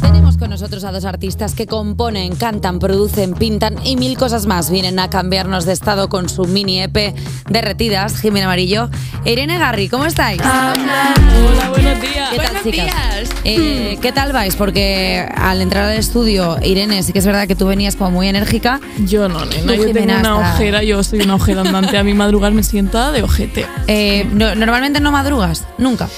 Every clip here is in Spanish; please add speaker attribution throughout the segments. Speaker 1: Tenemos con nosotros a dos artistas que componen, cantan, producen, pintan y mil cosas más. Vienen a cambiarnos de estado con su mini EP Derretidas, Jimena Amarillo. e Irene Garri, ¿cómo estáis?
Speaker 2: Hola, buenos días.
Speaker 1: Ah, ¿Qué tal,
Speaker 2: Buenos
Speaker 1: chicas?
Speaker 2: días.
Speaker 1: Eh, ¿Qué tal vais? Porque al entrar al estudio, Irene, sí que es verdad que tú venías como muy enérgica.
Speaker 2: Yo no, nena,
Speaker 1: Tú,
Speaker 2: yo tengo
Speaker 1: Jimena,
Speaker 2: una
Speaker 1: hasta-
Speaker 2: ojera, yo soy una ojera andante. A mi madrugar me sienta de ojete.
Speaker 1: Eh, no- normalmente no madrugas, nunca.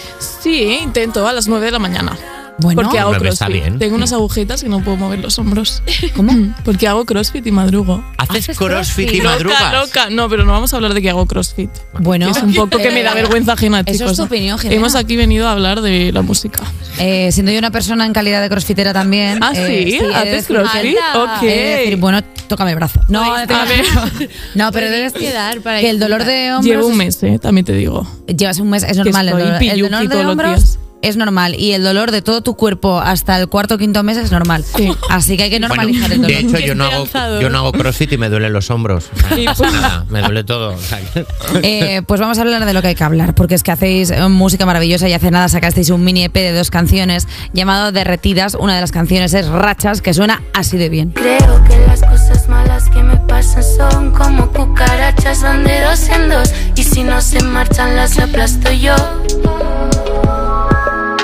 Speaker 2: Sí, intento a las 9 de la mañana.
Speaker 1: Bueno,
Speaker 2: Porque hago
Speaker 3: Nueve
Speaker 2: crossfit.
Speaker 3: está bien.
Speaker 2: Tengo unas agujetas que no puedo mover los hombros.
Speaker 1: ¿Cómo?
Speaker 2: Porque hago crossfit y madrugo.
Speaker 3: ¿Haces,
Speaker 1: ¿Haces
Speaker 3: crossfit y
Speaker 1: crossfit?
Speaker 3: madrugas?
Speaker 2: Loca, loca. No, pero no vamos a hablar de que hago crossfit.
Speaker 1: bueno,
Speaker 2: Es un poco que me da
Speaker 1: eh,
Speaker 2: vergüenza ajena,
Speaker 1: eso
Speaker 2: chicos.
Speaker 1: es tu opinión, Jimena.
Speaker 2: Hemos aquí venido a hablar de la música.
Speaker 1: eh, siendo yo una persona en calidad de crossfitera también.
Speaker 2: Ah,
Speaker 1: eh,
Speaker 2: sí,
Speaker 1: he de
Speaker 2: haces
Speaker 1: decir-
Speaker 2: crossfit.
Speaker 4: Anda.
Speaker 2: Ok.
Speaker 1: he de decir, bueno, tócame el brazo. Pues, No,
Speaker 2: Ahí
Speaker 1: de-
Speaker 2: está. A ver.
Speaker 1: no pero debes
Speaker 4: que dar para
Speaker 1: que el dolor de hombros.
Speaker 2: Llevo un
Speaker 1: es-
Speaker 2: mes, eh, también te digo.
Speaker 1: Llevas un mes, es normal. El
Speaker 2: estoy
Speaker 1: dolor, el
Speaker 2: pilluqui
Speaker 1: dolor de
Speaker 2: todos los
Speaker 1: hombros
Speaker 2: días.
Speaker 1: es normal. Y el dolor de todo tu cuerpo hasta el cuarto o quinto mes es normal.
Speaker 2: Sí.
Speaker 1: Así que hay que
Speaker 3: Bueno,
Speaker 1: normalizar el
Speaker 3: de
Speaker 1: dolor.
Speaker 3: hecho, yo no, hago,
Speaker 4: esperanzador.
Speaker 3: yo no hago crossfit y me duelen los hombros. O sea,
Speaker 2: Y
Speaker 3: no pasa
Speaker 2: pues-
Speaker 3: nada, me duele todo. o sea que-
Speaker 1: Eh, pues vamos a hablar de lo que hay que hablar, porque es que hacéis eh, música maravillosa y hace nada sacasteis un mini EP de dos canciones llamado Derretidas. Una de las canciones es Rachas, que suena así de bien.
Speaker 5: Creo que las cosas malas que me pasan son como cucarachas, van de dos en dos. Y si no se marchan, las aplasto yo.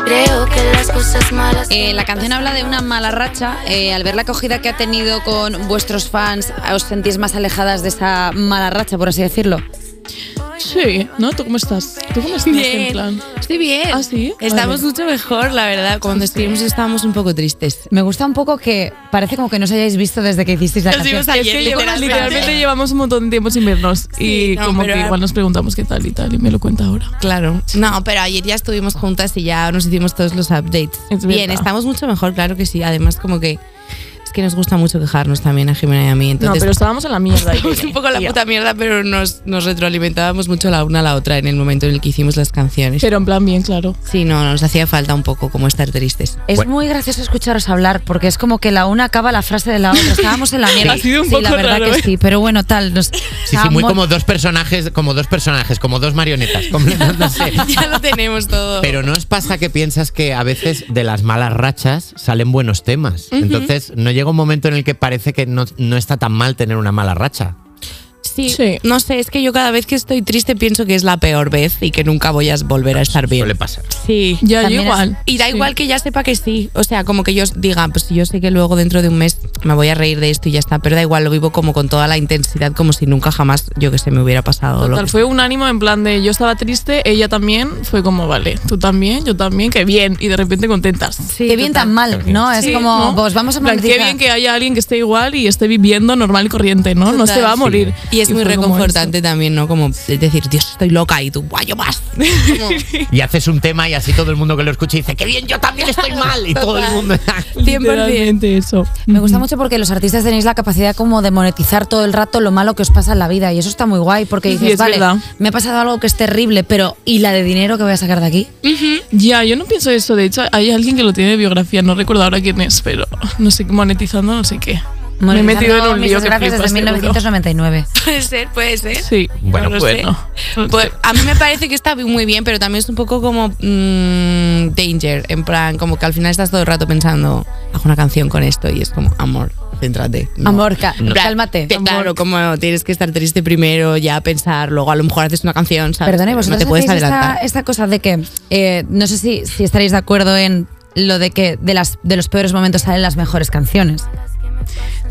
Speaker 5: Creo que las cosas malas.
Speaker 1: Eh, la canción habla de una mala racha. Eh, al ver la acogida que ha tenido con vuestros fans, ¿os sentís más alejadas de esa mala racha, por así decirlo?
Speaker 2: Sí, ¿no? ¿Tú cómo estás? ¿Tú cómo estás en plan?
Speaker 4: Estoy bien.
Speaker 2: ¿Ah, sí?
Speaker 4: Estamos
Speaker 2: Vale.
Speaker 4: mucho mejor, la verdad. Cuando estuvimos estábamos un poco tristes.
Speaker 1: Me gusta un poco que parece como que no os hayáis visto desde que hicisteis la
Speaker 4: Nos
Speaker 1: canción.
Speaker 4: vimos ayer,
Speaker 2: Es que llevo-
Speaker 4: literalmente.
Speaker 2: literalmente llevamos un montón de tiempo sin vernos
Speaker 4: Sí,
Speaker 2: y
Speaker 4: no,
Speaker 2: como
Speaker 4: pero
Speaker 2: que
Speaker 4: ahora-
Speaker 2: igual nos preguntamos qué tal y tal y me lo cuenta ahora.
Speaker 4: Claro. No, pero ayer ya estuvimos juntas y ya nos hicimos todos los updates.
Speaker 2: Es
Speaker 4: bien,
Speaker 2: verdad.
Speaker 4: estamos mucho mejor, claro que sí. Además, como que es que nos gusta mucho quejarnos también a Jimena y a mí.
Speaker 2: no,
Speaker 4: Entonces,
Speaker 2: pero estábamos en la mierda.
Speaker 4: Estábamos un poco en la puta mierda, pero nos, nos retroalimentábamos mucho la una a la otra en el momento en el que hicimos las canciones.
Speaker 2: Pero en plan bien, claro.
Speaker 4: Sí, no, nos hacía falta un poco como estar tristes.
Speaker 1: Es
Speaker 3: Bueno.
Speaker 1: muy gracioso escucharos hablar porque es como que la una acaba la frase de la otra. Estábamos en la mierda.
Speaker 2: Ha sido un
Speaker 1: sí, la
Speaker 2: poco
Speaker 1: verdad
Speaker 2: raro,
Speaker 1: que
Speaker 2: ¿eh?
Speaker 1: sí, pero bueno, tal. Nos,
Speaker 3: Sí, sí, muy como dos personajes, como dos personajes, como dos marionetas. como- no- no sé.
Speaker 4: ya lo tenemos todo.
Speaker 3: Pero no os pasa que piensas que a veces de las malas rachas salen buenos temas. Entonces, no llega un momento en el que parece que no, no está tan mal tener una mala racha.
Speaker 4: Sí,
Speaker 2: Sí.
Speaker 4: No sé, es que yo cada vez que estoy triste pienso que es la peor vez y que nunca voy a volver a estar bien.
Speaker 3: Suele pasar.
Speaker 4: Sí.
Speaker 2: Ya,
Speaker 1: También
Speaker 2: yo
Speaker 1: es-
Speaker 2: igual.
Speaker 4: Y da
Speaker 2: Sí.
Speaker 4: igual que ya sepa que sí. O sea, como que yo diga, pues yo sé que luego dentro de un mes me voy a reír de esto y ya está. Pero da igual, lo vivo como con toda la intensidad, como si nunca jamás, yo que sé, me hubiera pasado. lo
Speaker 2: Total,
Speaker 4: que-
Speaker 2: fue un ánimo en plan de yo estaba triste, ella también, fue como vale, tú también, yo también, qué bien, y de repente contentas.
Speaker 1: que bien tan mal, ¿no? Es
Speaker 2: Sí,
Speaker 1: como,
Speaker 2: ¿no?
Speaker 1: pues vamos a
Speaker 2: En plan, Qué
Speaker 1: monetizar.
Speaker 2: bien que haya alguien que esté igual y esté viviendo normal y corriente, ¿no? no
Speaker 4: Total,
Speaker 2: se va a
Speaker 4: sí.
Speaker 2: morir.
Speaker 4: Y es muy
Speaker 2: fue como
Speaker 4: reconfortante también, ¿no? Como decir, Dios, estoy loca y tú, guayo más. Como-
Speaker 3: Y haces un tema y así todo el mundo que lo escucha dice, qué bien, yo también estoy mal. Y todo el mundo...
Speaker 2: eso. Literalmente eso.
Speaker 1: Me gusta mucho porque los artistas tenéis la capacidad como de monetizar todo el rato lo malo que os pasa en la vida y eso está muy guay porque
Speaker 2: Sí,
Speaker 1: dices,
Speaker 2: es
Speaker 1: vale,
Speaker 2: verdad.
Speaker 1: me ha pasado algo que es terrible, pero ¿y la de dinero que voy a sacar de aquí?
Speaker 2: Ya, yo no pienso eso. De hecho, hay alguien que lo tiene de biografía. No recuerdo ahora quién es, pero no sé, monetizando no sé qué. Me he metido en
Speaker 1: Monetizando
Speaker 2: un
Speaker 1: mis
Speaker 2: lío que
Speaker 1: desgracias
Speaker 2: flipas,
Speaker 1: desde
Speaker 2: seguro.
Speaker 1: 1999.
Speaker 4: Puede ser, puede ser.
Speaker 2: Sí.
Speaker 3: Bueno,
Speaker 2: no lo
Speaker 3: pues
Speaker 2: sé.
Speaker 3: no.
Speaker 2: No lo
Speaker 4: Pues
Speaker 2: sé.
Speaker 4: a mí me parece que está muy bien, pero también es un poco como mm, danger, en plan, como que al final estás todo el rato pensando, hago una canción con esto y es como, amor, céntrate. no".
Speaker 1: Amor, ca-
Speaker 4: En plan,
Speaker 1: cálmate.
Speaker 4: te- Claro, como tienes que estar triste primero, ya pensar, luego a lo mejor haces una canción, ¿sabes?
Speaker 1: Perdone,
Speaker 4: Pero
Speaker 1: vosotros
Speaker 4: no te puedes
Speaker 1: hacéis esta,
Speaker 4: adelantar.
Speaker 1: esta cosa de que eh, no sé si, si estaréis de acuerdo en lo de que de las de los peores momentos salen las mejores canciones.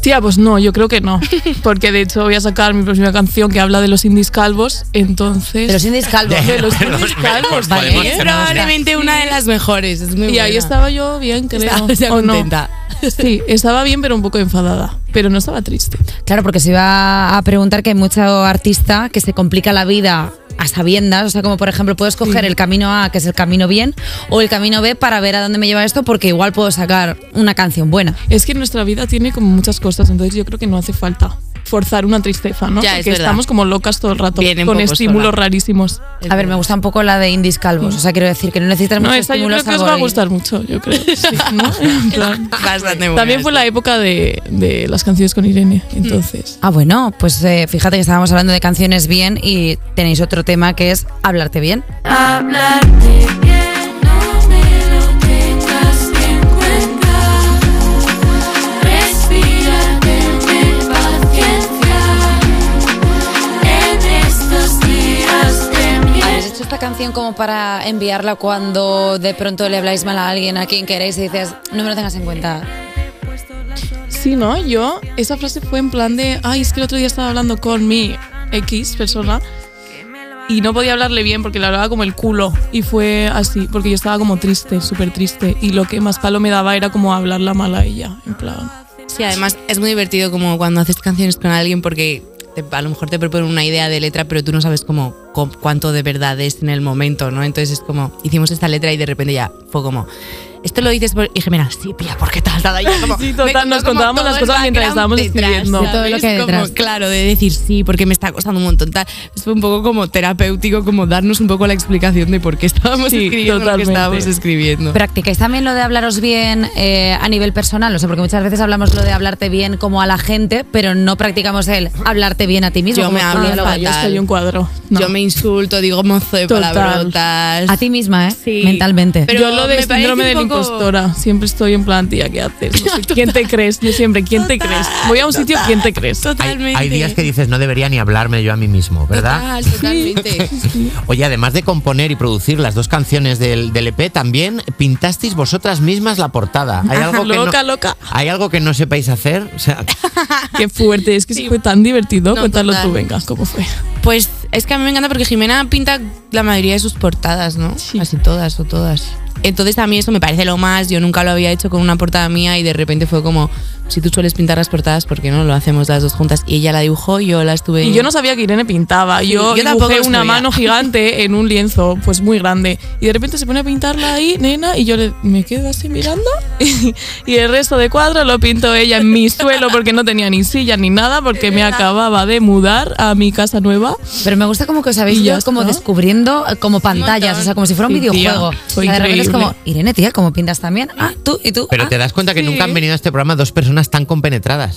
Speaker 2: Tía, pues no, yo creo que no. Porque de hecho voy a sacar mi próxima canción que habla de los indies calvos. Entonces.
Speaker 1: De los indies calvos.
Speaker 2: De los indies
Speaker 3: Perdón,
Speaker 2: calvos,
Speaker 3: pues
Speaker 2: ¿vale?
Speaker 3: podemos
Speaker 4: Es
Speaker 3: ser
Speaker 4: probablemente una de las mejores, es muy
Speaker 2: Y ahí
Speaker 4: buena.
Speaker 2: estaba yo bien, creo.
Speaker 4: Estaba ya
Speaker 2: ¿o no?
Speaker 4: contenta.
Speaker 2: Sí, estaba bien, pero un poco enfadada. Pero no estaba triste.
Speaker 1: Claro, porque se iba a preguntar que hay mucho artista que se complica la vida a sabiendas, o sea, como por ejemplo puedes coger el camino A, que es el camino bien, o el camino B para ver a dónde me lleva esto, porque igual puedo sacar una canción buena.
Speaker 2: Es que nuestra vida tiene como muchas cosas, entonces yo creo que no hace falta forzar una tristeza, ¿no?
Speaker 4: Ya,
Speaker 2: Porque
Speaker 4: es verdad.
Speaker 2: estamos como locas todo el rato
Speaker 4: Vienen
Speaker 2: con
Speaker 4: pocos
Speaker 2: estímulos
Speaker 4: sola.
Speaker 2: rarísimos.
Speaker 1: A ver, me gusta un poco la de indies calvos. O sea, quiero decir que no necesitas
Speaker 2: No,
Speaker 1: mucho
Speaker 2: esa yo
Speaker 1: estímulo
Speaker 2: creo que os va a gustar mucho, yo creo. Sí, ¿no? En plan-
Speaker 4: Bastante buena
Speaker 2: También fue la época de, de las canciones con Irene,
Speaker 4: Mm.
Speaker 2: entonces.
Speaker 1: Ah, bueno, pues eh, fíjate que estábamos hablando de canciones bien y tenéis otro tema que es hablarte bien.
Speaker 5: Hablarte bien, no me lo tengas en cuenta. Respira, tener paciencia. En estos días de
Speaker 1: ¿Habéis
Speaker 5: miel.
Speaker 1: hecho esta canción como para enviarla cuando de pronto le habláis mal a alguien, a quien queréis y dices, no me lo tengas en cuenta?
Speaker 2: Sí, ¿no? Yo, esa frase fue en plan de, ay, es que el otro día estaba hablando con mi X persona y no podía hablarle bien porque le hablaba como el culo y fue así, porque yo estaba como triste, súper triste y lo que más palo me daba era como hablarla mal a ella, en plan.
Speaker 4: Sí, además es muy divertido como cuando haces canciones con alguien porque te- a lo mejor te proponen una idea de letra, pero tú no sabes como co- cuánto de verdad es en el momento, ¿no? Entonces es como, hicimos esta letra y de repente ya fue como, esto lo dices por... Y dije, mira, sí, tía, ¿por qué tal? tal? Y yo como,
Speaker 2: Sí, total,
Speaker 4: me contó
Speaker 2: nos
Speaker 4: como
Speaker 2: contábamos
Speaker 4: todo
Speaker 2: las
Speaker 4: el
Speaker 2: cosas mientras
Speaker 4: background
Speaker 2: estábamos escribiendo.
Speaker 4: ¿sabes?
Speaker 1: Todo lo que hay
Speaker 4: Como,
Speaker 1: detrás.
Speaker 4: claro, de decir sí, porque me está costando un montón tal. Pues fue un poco como terapéutico, como darnos un poco la explicación de por qué estábamos
Speaker 2: Sí,
Speaker 4: escribiendo lo que
Speaker 2: totalmente.
Speaker 4: estábamos escribiendo.
Speaker 1: ¿Practicáis también lo de hablaros bien eh, a nivel personal? O sea, porque muchas veces hablamos lo de hablarte bien como a la gente, pero no practicamos el hablarte bien a ti mismo.
Speaker 4: Yo
Speaker 1: como
Speaker 4: me
Speaker 1: tú
Speaker 4: hablo
Speaker 1: dialogas.
Speaker 4: fatal.
Speaker 2: Yo estoy "Ah, un cuadro. No.
Speaker 4: Ah, Yo me insulto, digo mozo de
Speaker 2: Total.
Speaker 4: palabrotas.
Speaker 1: A ti misma, ¿eh?
Speaker 4: Sí.
Speaker 1: Mentalmente.
Speaker 4: Pero-
Speaker 2: yo lo de este
Speaker 4: me parece
Speaker 2: síndrome de la
Speaker 4: un poco-
Speaker 2: impostora. Siempre estoy en plan, tía, ¿qué haces? No sé, ¿Quién te crees? Yo siempre, ¿quién te crees? Voy a un sitio, ¿quién te crees?
Speaker 3: Hay,
Speaker 4: Totalmente.
Speaker 3: hay días que dices, no debería ni hablarme yo a mí mismo, ¿verdad?
Speaker 4: Total, totalmente.
Speaker 3: Oye, además de componer y producir las dos canciones del, del EP, también pintasteis vosotras mismas la portada.
Speaker 1: Ah,
Speaker 3: ¿Hay algo que
Speaker 2: loca,
Speaker 3: no,
Speaker 2: loca.
Speaker 3: ¿Hay algo que no sepáis hacer? O sea,
Speaker 2: Qué fuerte, es que sí fue tan divertido.
Speaker 4: No,
Speaker 2: Cuéntalo
Speaker 4: total.
Speaker 2: tú, venga, ¿cómo fue?
Speaker 4: Pues es que a mí me encanta porque Jimena pinta la mayoría de sus portadas, ¿no?
Speaker 2: Sí.
Speaker 4: Así todas o todas. Entonces a mí eso me parece lo más. Yo nunca lo había hecho con una portada mía y de repente fue como, si tú sueles pintar las portadas, ¿por qué no lo hacemos las dos juntas? Y ella la dibujó, yo la estuve...
Speaker 2: Y yo no sabía que Irene pintaba. yo
Speaker 4: yo tampoco
Speaker 2: dibujé
Speaker 4: lo
Speaker 2: una
Speaker 4: sabía.
Speaker 2: mano gigante en un lienzo, pues muy grande. Y de repente se pone a pintarla ahí, nena, y yo le- me quedo así mirando. y el resto de cuadro lo pintó ella en mi suelo porque no tenía ni silla ni nada, porque me acababa de mudar a mi casa nueva.
Speaker 1: Pero me gusta como que os habéis
Speaker 2: Y ya
Speaker 1: ido como
Speaker 2: está.
Speaker 1: descubriendo eh, como pantallas,
Speaker 4: montón.
Speaker 1: o sea, como si fuera un
Speaker 2: Sí, tía,
Speaker 1: videojuego.
Speaker 2: fue
Speaker 1: O sea, de repente es
Speaker 2: increíble.
Speaker 1: como, Irene, tía, ¿cómo pintas también? Ah, tú y tú.
Speaker 3: pero
Speaker 1: ah,
Speaker 3: te das cuenta que nunca han venido a este programa dos personas tan compenetradas.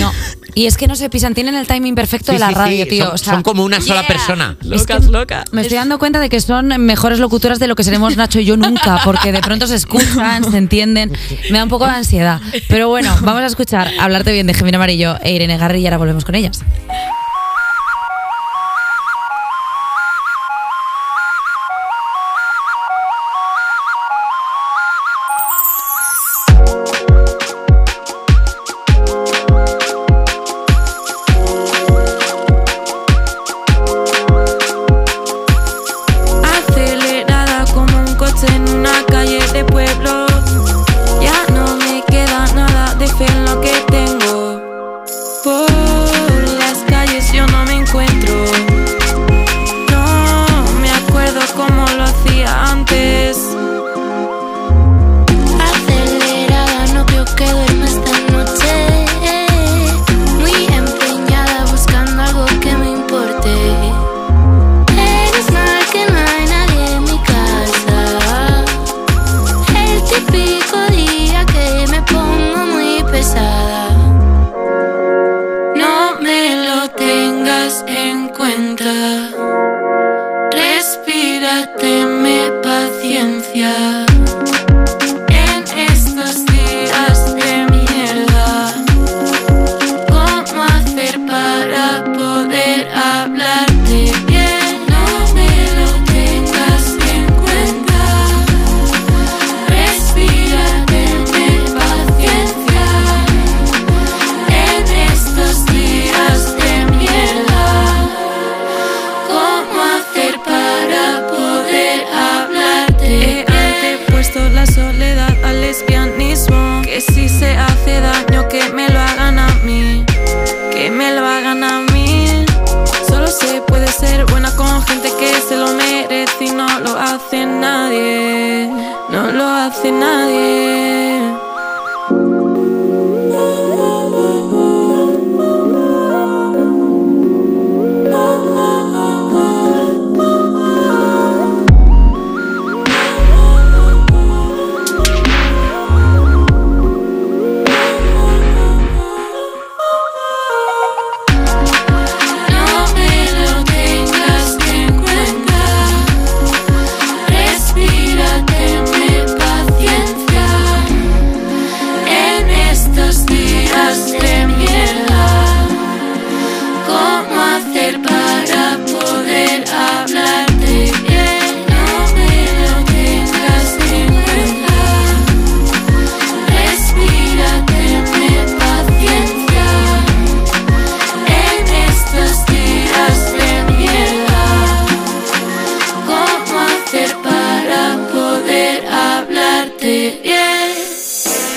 Speaker 1: No. Y es que no se pisan, tienen el timing perfecto
Speaker 3: Sí,
Speaker 1: de la
Speaker 3: sí, sí,
Speaker 1: radio, tío.
Speaker 3: Son,
Speaker 1: o sea,
Speaker 3: son como una sola persona.
Speaker 2: Locas, locas.
Speaker 1: Me estoy dando cuenta de que son mejores locutoras de lo que seremos Nacho y yo nunca, porque de pronto se escuchan, se entienden. Me da un poco de ansiedad. Pero bueno, vamos a escuchar Hablarte Bien de Gemina Amarillo e Irene Garri y ahora volvemos con ellas.
Speaker 6: acelerada como un coche en una calle de pueblo. Ya no me queda nada de fe en lo que tengo. Por las calles yo no me encuentro. No me acuerdo cómo lo hacía antes.
Speaker 5: Acelerada, no creo que duerma esta noche. Muy empeñada buscando algo que me importe. Eres mal que no hay nadie en mi casa. El típico día que me pongo muy pesada.
Speaker 6: No me lo tengas en cuenta. Respira, teme paciencia. En estos días de mierda, ¿cómo hacer para poder hablarte bien? No me lo tengas en cuenta. Respira, teme paciencia. En estos días de mierda,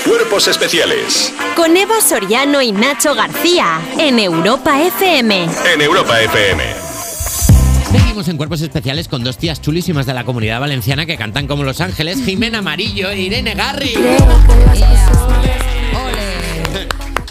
Speaker 7: Cuerpos especiales
Speaker 8: Con Eva Soriano y Nacho García en Europa FM.
Speaker 7: en Europa FM.
Speaker 3: Seguimos en cuerpos especiales con dos tías chulísimas de la comunidad valenciana que cantan como Los Ángeles, Jimena Amarillo e Irene Garri.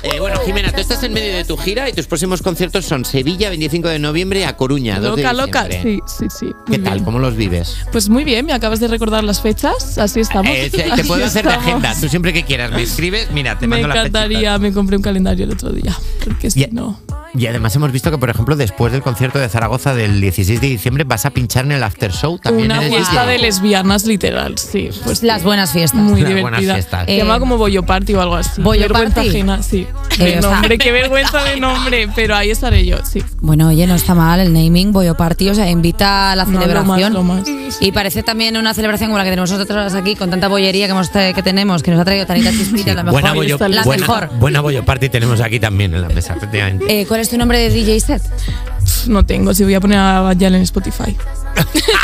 Speaker 3: Eh, bueno, Jimena, tú estás en medio de tu gira y tus próximos conciertos son Sevilla, 25 de noviembre, y A Coruña, 2 de
Speaker 2: Loca, loca.
Speaker 3: diciembre.
Speaker 2: Sí, sí, sí. muy
Speaker 3: ¿Qué tal?
Speaker 2: bien.
Speaker 3: ¿Cómo los vives?
Speaker 2: Pues muy bien, me acabas de recordar las fechas. Así estamos.
Speaker 3: Eh, te, te
Speaker 2: Así
Speaker 3: puedo hacer de
Speaker 2: estamos.
Speaker 3: agenda. Tú siempre que quieras me escribes, mira, te
Speaker 2: Me
Speaker 3: mando la
Speaker 2: encantaría, me compré un calendario el otro día. Porque si
Speaker 3: Ya.
Speaker 2: no.
Speaker 3: Y además hemos visto que, por ejemplo, después del concierto de Zaragoza del 16 de diciembre vas a pinchar en el after show también.
Speaker 2: Una
Speaker 3: eres
Speaker 2: fiesta
Speaker 3: DJ.
Speaker 2: de lesbianas, literal, sí. Pues
Speaker 1: Pues las buenas fiestas.
Speaker 2: muy
Speaker 3: Las buenas
Speaker 2: divertida.
Speaker 3: fiestas.
Speaker 2: Se llama como Bollo Party o algo así.
Speaker 1: ¿Bollo
Speaker 2: vergüenza
Speaker 1: Party?
Speaker 2: ajena, sí.
Speaker 1: Eh,
Speaker 2: De
Speaker 1: o sea-
Speaker 2: nombre, qué vergüenza de nombre, pero ahí estaré yo, sí.
Speaker 1: Bueno, oye, no está mal el naming, Boyo Party, o sea, invita a la
Speaker 2: No, lo
Speaker 1: celebración.
Speaker 2: más, lo más.
Speaker 1: Y parece también una celebración como la que tenemos nosotros aquí, con tanta bollería que, hemos, que tenemos, que nos ha traído Tanita Chispita, la mejor.
Speaker 3: Buena bollo,
Speaker 1: la
Speaker 3: buena,
Speaker 1: mejor.
Speaker 3: buena bollo party tenemos aquí también en la mesa, efectivamente.
Speaker 1: Eh, ¿Cuál es tu nombre de DJ set?
Speaker 2: Pff, No tengo, si voy a poner a Bad Gyal en Spotify.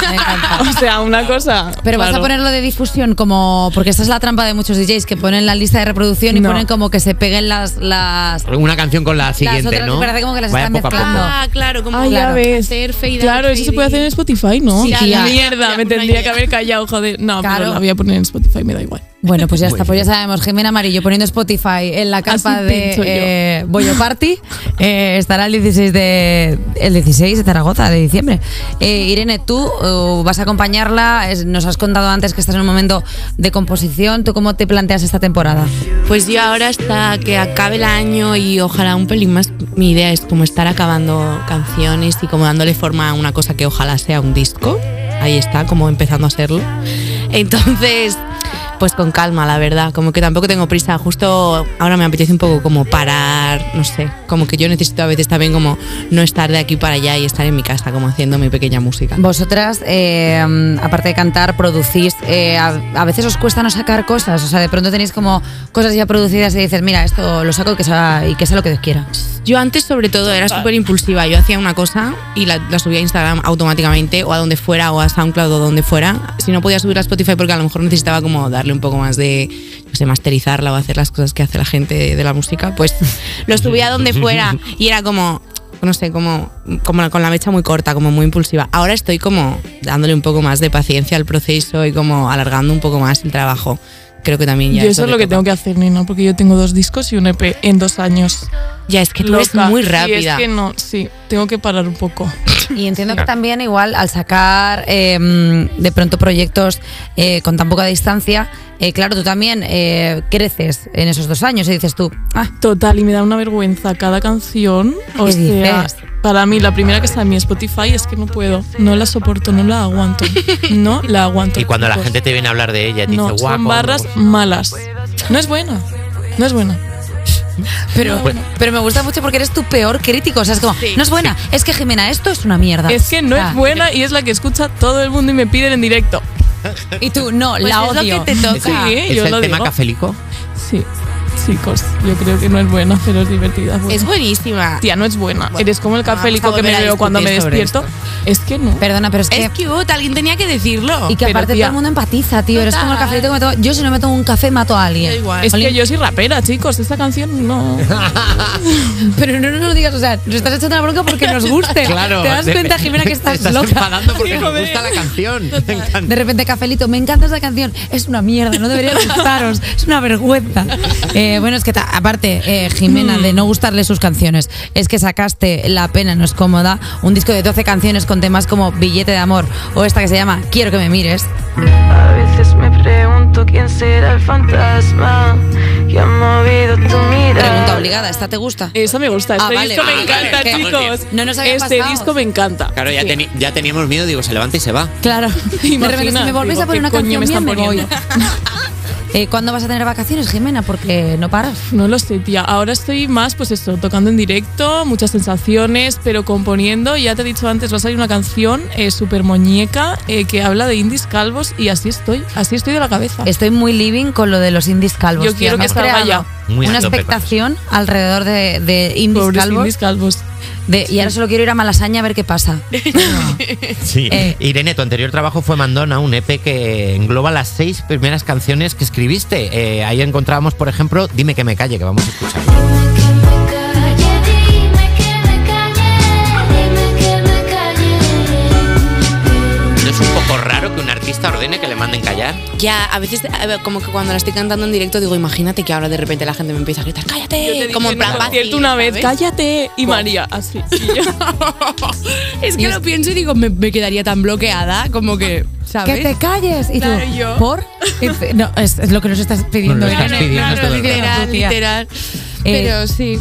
Speaker 1: Me encanta.
Speaker 2: O sea, una cosa.
Speaker 1: Ah. Pero vas a
Speaker 2: claro.
Speaker 1: ponerlo de difusión como. Porque esta es la trampa de muchos DJs que ponen la lista de reproducción y
Speaker 2: No.
Speaker 1: ponen como que se peguen las. las
Speaker 3: Eh, Una canción con la siguiente,
Speaker 1: otras
Speaker 3: ¿no?
Speaker 1: parece como que las
Speaker 3: Vaya
Speaker 1: están
Speaker 3: poco a poco.
Speaker 1: mezclando.
Speaker 4: Ah, claro, como
Speaker 2: Ah,
Speaker 1: Claro.
Speaker 2: ya ves.
Speaker 4: hacer fade out,
Speaker 2: claro, eso se
Speaker 4: fade
Speaker 2: puede hacer en
Speaker 4: in.
Speaker 2: Spotify, ¿no?
Speaker 4: Sí,
Speaker 2: Qué
Speaker 4: ya, ya,
Speaker 2: mierda,
Speaker 4: ya,
Speaker 2: me
Speaker 4: una
Speaker 2: tendría
Speaker 4: idea.
Speaker 2: que haber callado, joder. No,
Speaker 1: Claro.
Speaker 2: pero la voy a poner en Spotify, me da igual.
Speaker 1: bueno, pues ya
Speaker 3: Muy
Speaker 1: está. Pues ya
Speaker 3: bien.
Speaker 1: sabemos, Jimena Amarillo poniendo Spotify en la capa
Speaker 2: Así
Speaker 1: de
Speaker 2: pincho yo.
Speaker 1: eh, Bollo Party. eh, estará el 16 de. El 16 de Zaragoza, de diciembre. Eh, Irene, tú eh, vas a acompañarla. es- nos has contado antes que estás en un momento de composición. ¿Tú cómo te planteas esta temporada?
Speaker 4: Pues yo ahora hasta que acabe el año y ojalá un pelín más, mi idea es como estar acabando canciones y como dándole forma a una cosa que ojalá sea un disco. Ahí está, como empezando a serlo. Entonces, pues con calma, la verdad, como que tampoco tengo prisa. Justo ahora me apetece un poco como parar, no sé, como que yo necesito a veces también como no estar de aquí para allá y estar en mi casa como haciendo mi pequeña música.
Speaker 1: Vosotras, eh, aparte de cantar, producís. eh, a, a veces os cuesta no sacar cosas. O sea, de pronto tenéis como cosas ya producidas y dices, mira, esto lo saco y que sea, y que sea lo que Dios quiera.
Speaker 4: Yo antes sobre todo era súper impulsiva, yo hacía una cosa y la, la subía a Instagram automáticamente o a donde fuera o a SoundCloud o donde fuera. Si no podía subirla a Spotify porque a lo mejor necesitaba como darle un poco más de, no sé, masterizarla o hacer las cosas que hace la gente de, de la música, pues lo subía a donde fuera y era como, no sé, como, como la- con la mecha muy corta, como muy impulsiva. Ahora estoy como dándole un poco más de paciencia al proceso y como alargando un poco más el trabajo. Creo que también ya...
Speaker 2: yo eso es
Speaker 4: le
Speaker 2: lo que
Speaker 4: toca.
Speaker 2: tengo que hacer, Nina, porque yo tengo dos discos y un EP en dos años.
Speaker 4: Ya, es que tú eres
Speaker 2: Loca.
Speaker 4: muy
Speaker 2: Sí,
Speaker 4: rápida.
Speaker 2: es que no, sí, tengo que parar un poco.
Speaker 1: Y entiendo que también igual al sacar eh, de pronto proyectos eh, con tan poca distancia, eh, claro, tú también eh, creces en esos dos años y dices tú, ah,
Speaker 2: Total, y me da una vergüenza cada canción. O
Speaker 1: ¿Qué
Speaker 2: sea,
Speaker 1: dices?
Speaker 2: para mí, la primera que está en mi Spotify es que no puedo. No la soporto, no la aguanto. No la aguanto.
Speaker 3: Y cuando la
Speaker 2: chicos.
Speaker 3: gente te viene a hablar de ella, te
Speaker 2: No,
Speaker 3: dice,
Speaker 2: son
Speaker 3: guau. ¿cómo-
Speaker 2: barras malas. No es buena. No es buena.
Speaker 1: pero, pero me gusta mucho porque eres tu peor crítico. O sea, es como, no es buena, es que Jimena, esto es una mierda.
Speaker 2: Es que no
Speaker 1: Ah.
Speaker 2: es buena y es la que escucha todo el mundo y me piden en directo.
Speaker 1: Y tú, no, la
Speaker 4: Pues es lo
Speaker 1: odio.
Speaker 4: que te toca.
Speaker 2: Sí, ¿eh?
Speaker 3: ¿Es
Speaker 2: yo
Speaker 3: el
Speaker 2: lo
Speaker 3: tema
Speaker 2: digo.
Speaker 3: cafelico?
Speaker 2: Sí, chicos, yo creo que no es buena, pero es divertida. bueno.
Speaker 4: Es buenísima.
Speaker 2: Tía, no es buena. Eres como
Speaker 1: ah,
Speaker 2: el
Speaker 4: vamos a
Speaker 2: cafélico que me
Speaker 4: volver a
Speaker 2: veo cuando me
Speaker 4: discutir sobre
Speaker 2: despierto. Es que no.
Speaker 1: Perdona, pero es que...
Speaker 4: Es cute, alguien tenía eh, que decirlo.
Speaker 1: Y que
Speaker 2: Pero,
Speaker 1: aparte
Speaker 2: tía,
Speaker 1: todo el mundo empatiza, tío. Eres como el
Speaker 4: Oh, total.
Speaker 1: cafelito que me tomo. Yo si no me tomo un café mato a alguien.
Speaker 4: Da igual.
Speaker 2: Es
Speaker 1: Jolín,
Speaker 2: que yo soy rapera, chicos. Esta canción no.
Speaker 1: Pero no nos lo digas, o sea, nos estás echando la bronca porque nos guste.
Speaker 3: Claro.
Speaker 1: Te das cuenta, Jimena, que
Speaker 3: Te
Speaker 1: estás,
Speaker 3: estás
Speaker 1: loca.
Speaker 3: enfadando porque nos
Speaker 2: Joder.
Speaker 3: gusta la canción. Me encanta.
Speaker 1: De repente, Cafelito, me encanta esa canción. Es una mierda, no debería gustaros. Es una vergüenza. Eh, bueno, es que ta- aparte, eh, Jimena, de no gustarle sus canciones, es que sacaste La pena no es cómoda, un disco de 12 canciones con temas como Billete de amor o esta que se llama Quiero que me mires.
Speaker 6: A veces me pregunto quién será el fantasma que ha movido tu
Speaker 1: Pregunta
Speaker 6: mirada.
Speaker 1: obligada, ¿esta te gusta?
Speaker 2: Esa me gusta. Este
Speaker 1: Ah, vale,
Speaker 2: disco
Speaker 1: vale,
Speaker 2: me encanta,
Speaker 1: vale, que-
Speaker 2: chicos.
Speaker 1: No nos había
Speaker 2: este
Speaker 1: pasado.
Speaker 2: disco me encanta.
Speaker 3: Claro, ya,
Speaker 2: Sí.
Speaker 3: teni- ya teníamos miedo, digo, se levanta y se va.
Speaker 1: Claro.
Speaker 2: Imagina,
Speaker 1: de repente, si me
Speaker 2: digo,
Speaker 1: volvéis a
Speaker 2: ¿qué
Speaker 1: poner una
Speaker 2: coño
Speaker 1: canción mía,
Speaker 2: me están
Speaker 1: me voy.
Speaker 2: poniendo?
Speaker 1: Eh, ¿Cuándo vas a tener vacaciones, Jimena? Porque no paras.
Speaker 2: No lo sé, tía. Ahora estoy más, pues esto, tocando en directo, muchas sensaciones, pero componiendo. Ya te he dicho antes, va a salir una canción eh, súper muñeca eh, que habla de indies calvos y así estoy. Así estoy de la cabeza.
Speaker 1: Estoy muy living con lo de los indies calvos.
Speaker 2: Yo
Speaker 1: tía.
Speaker 2: quiero que
Speaker 1: Hemos
Speaker 2: salga
Speaker 1: creado
Speaker 2: ya.
Speaker 3: Muy a
Speaker 1: una
Speaker 3: tope con
Speaker 1: expectación alrededor de, de indies
Speaker 2: Pobres
Speaker 1: calvos.
Speaker 2: indies calvos.
Speaker 1: de, y ahora solo quiero ir a Malasaña a ver qué pasa.
Speaker 3: Sí.
Speaker 1: Eh.
Speaker 3: Irene, tu anterior trabajo fue Mandona, un EP que engloba las seis primeras canciones que escribiste. Eh, ahí encontrábamos, por ejemplo, Dime que me calle, que vamos a escuchar.
Speaker 5: Calle, dime que me calle, dime que me calle.
Speaker 3: ¿No es un poco raro que un artista ordene que le manden callar?
Speaker 4: Ya, a veces a ver, como que cuando la estoy cantando en directo digo, imagínate que ahora de repente la gente me empieza a gritar,
Speaker 2: Yo te
Speaker 4: cállate,
Speaker 2: dije
Speaker 4: como en
Speaker 2: en
Speaker 4: plan
Speaker 2: un
Speaker 4: vacío,
Speaker 2: concierto una vez,
Speaker 4: ¿sabes?
Speaker 2: cállate. Y María, así. Y yo,
Speaker 4: Es que lo pienso y digo, me, me quedaría tan bloqueada, como que, ¿sabes?
Speaker 1: Que te calles. Y tú,
Speaker 2: Claro, y yo.
Speaker 1: ¿por? Y dice, No, es, es lo que nos estás pidiendo.
Speaker 3: Nos lo estás
Speaker 1: Irene.
Speaker 3: pidiendo
Speaker 1: Nos lo
Speaker 3: todo el
Speaker 1: pidiendo
Speaker 4: literal,
Speaker 1: tú, tía.
Speaker 4: literal.
Speaker 1: Eh,
Speaker 4: Pero sí.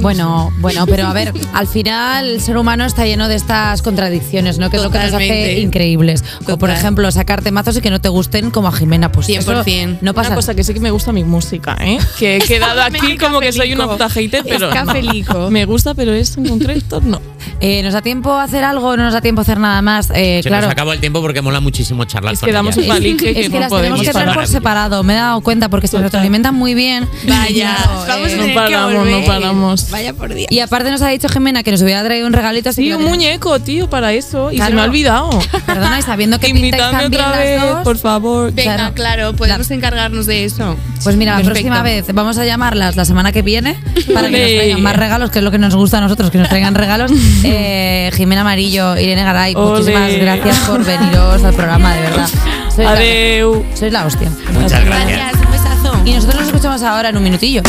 Speaker 1: Bueno, bueno, pero a ver, al final el ser humano está lleno de estas contradicciones, ¿no? Que es lo que nos hace
Speaker 4: Totalmente.
Speaker 1: increíbles. O por
Speaker 4: Total.
Speaker 1: ejemplo, sacarte mazos y que no te gusten como a Jimena, pues eso
Speaker 4: 100%.
Speaker 1: no pasa
Speaker 2: una cosa que sí que me gusta mi música, ¿eh? Que he quedado aquí como que soy una puta hater, pero. no.
Speaker 4: cafelico.
Speaker 2: Me gusta, pero es en concreto no.
Speaker 1: Eh, ¿Nos da tiempo a hacer algo? ¿No nos da tiempo a hacer nada más? Eh,
Speaker 3: Se
Speaker 1: claro.
Speaker 3: nos acabó el tiempo porque mola muchísimo charlar
Speaker 2: Es
Speaker 3: con
Speaker 2: que damos
Speaker 3: ella.
Speaker 2: un balinque
Speaker 1: Es
Speaker 2: que,
Speaker 1: que
Speaker 2: no
Speaker 1: las tenemos
Speaker 2: podemos
Speaker 1: que traer
Speaker 2: parar.
Speaker 1: por separado, me he dado cuenta, porque se
Speaker 2: Total.
Speaker 1: retroalimentan muy bien.
Speaker 4: Vaya,
Speaker 1: Claro,
Speaker 4: vamos
Speaker 1: eh,
Speaker 4: a
Speaker 2: no
Speaker 4: tener que
Speaker 2: paramos,
Speaker 4: volver.
Speaker 2: no paramos.
Speaker 4: pues, Vaya por Dios.
Speaker 1: Y aparte nos ha dicho Jimena que nos hubiera traído un regalito así.
Speaker 2: Sí,
Speaker 1: que lo
Speaker 2: un
Speaker 1: tenemos.
Speaker 2: muñeco, tío, para eso. Y
Speaker 1: Claro.
Speaker 2: se me ha olvidado.
Speaker 1: Perdona, y sabiendo que pintáis
Speaker 2: Invitadme
Speaker 1: tan bien
Speaker 2: otra
Speaker 1: las
Speaker 2: vez,
Speaker 1: dos,
Speaker 2: por favor.
Speaker 4: Venga,
Speaker 1: Claro.
Speaker 4: claro, podemos encargarnos de eso.
Speaker 1: Pues mira, la
Speaker 4: Perfecto.
Speaker 1: próxima vez vamos a llamarlas la semana que viene para que nos
Speaker 2: Ole.
Speaker 1: traigan más regalos, que es lo que nos gusta a nosotros, que nos traigan regalos. Eh, Jimena Amarillo, Irene Garay,
Speaker 2: Ole.
Speaker 1: muchísimas gracias por veniros al programa, de verdad. Sois la,
Speaker 2: Adeu.
Speaker 1: sois la hostia.
Speaker 3: Muchas gracias.
Speaker 4: Gracias, un besazo.
Speaker 1: Y nosotros nos escuchamos ahora en un minutillo.